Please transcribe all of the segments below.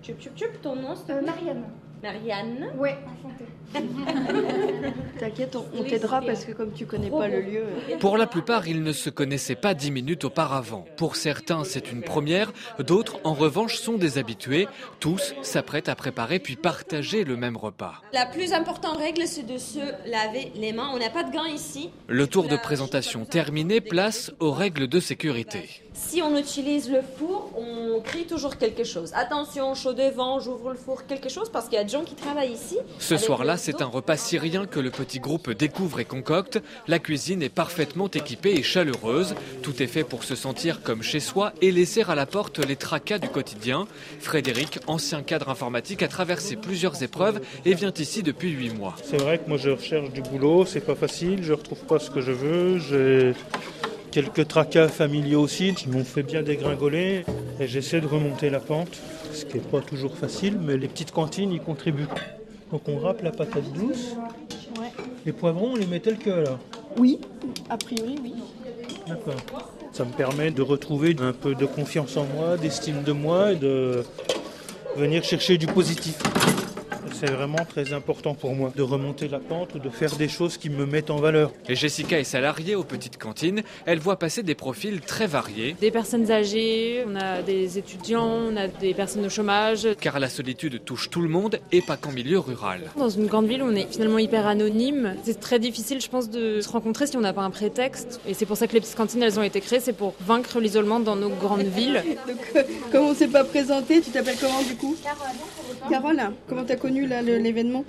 Chup, chup, chup, ton nom, s'il te Euh, plaît. Marianne. Marianne. Ouais, enchantée. T'inquiète, on, on t'aidera parce que comme tu connais pas le lieu. euh, Pour la plupart, ils ne se connaissaient pas dix minutes auparavant. Pour certains, c'est une première, d'autres, en revanche, sont des habitués. Tous s'apprêtent à préparer puis partager le même repas. La plus importante règle, c'est de se laver les mains. On n'a pas de gants ici. Euh, Le tour de présentation terminé, place aux règles de sécurité. Si on utilise le four, on crie toujours quelque chose. Attention, chaud devant, j'ouvre le four, quelque chose, parce qu'il y a des gens qui travaillent ici. Ce Avec soir-là, le c'est dos. un repas syrien que le petit groupe découvre et concocte. La cuisine est parfaitement équipée et chaleureuse. Tout est fait pour se sentir comme chez soi et laisser à la porte les tracas du quotidien. Frédéric, ancien cadre informatique, a traversé plusieurs épreuves et vient ici depuis huit mois. C'est vrai que moi je recherche du boulot, c'est pas facile, je retrouve pas ce que je veux, j'ai quelques tracas familiaux aussi qui m'ont fait bien dégringoler et j'essaie de remonter la pente, ce qui est pas toujours facile, mais les petites cantines y contribuent. Donc on râpe la patate douce, les poivrons on les met tels que là. Oui, a priori, oui. D'accord. Ça me permet de retrouver un peu de confiance en moi, d'estime de moi et de venir chercher du positif. C'est vraiment très important pour moi de remonter la pente ou de faire des choses qui me mettent en valeur. Et Jessica est salariée aux petites cantines. Elle voit passer des profils très variés. Des personnes âgées, on a des étudiants, on a des personnes au chômage. Car la solitude touche tout le monde et pas qu'en milieu rural. Dans une grande ville, on est finalement hyper anonyme. C'est très difficile, je pense, de se rencontrer si on n'a pas un prétexte. Et c'est pour ça que les petites cantines, elles ont été créées, c'est pour vaincre l'isolement dans nos grandes villes. Donc, euh, comme on s'est pas présenté, tu t'appelles comment du coup euh, Carole, comment t'as connu là le- l'événement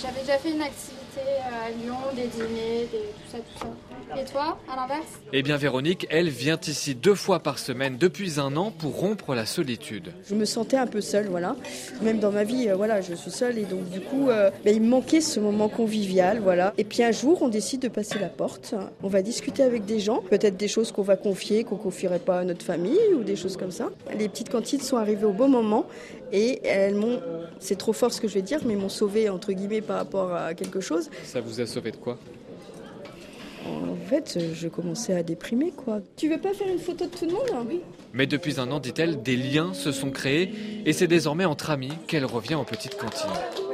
J'avais déjà fait une activité euh, à Lyon, des dîners, des... tout ça, tout ça. Et toi, à l'inverse Eh bien Véronique, elle vient ici deux fois par semaine depuis un an pour rompre la solitude. Je me sentais un peu seule, voilà. Même dans ma vie, euh, voilà, je suis seule et donc du coup, euh, ben, il me manquait ce moment convivial, voilà. Et puis un jour, on décide de passer la porte. On va discuter avec des gens, peut-être des choses qu'on va confier, qu'on confierait pas à notre famille ou des choses comme ça. Les petites cantines sont arrivées au bon moment et elles m'ont, c'est trop fort ce que je vais dire, mais m'ont sauvée entre guillemets par rapport à quelque chose. Ça vous a sauvé de quoi En fait, je commençais à déprimer, quoi. Tu veux pas faire une photo de tout le monde Oui. Mais depuis un an, dit-elle, des liens se sont créés et c'est désormais entre amis qu'elle revient aux petites cantines.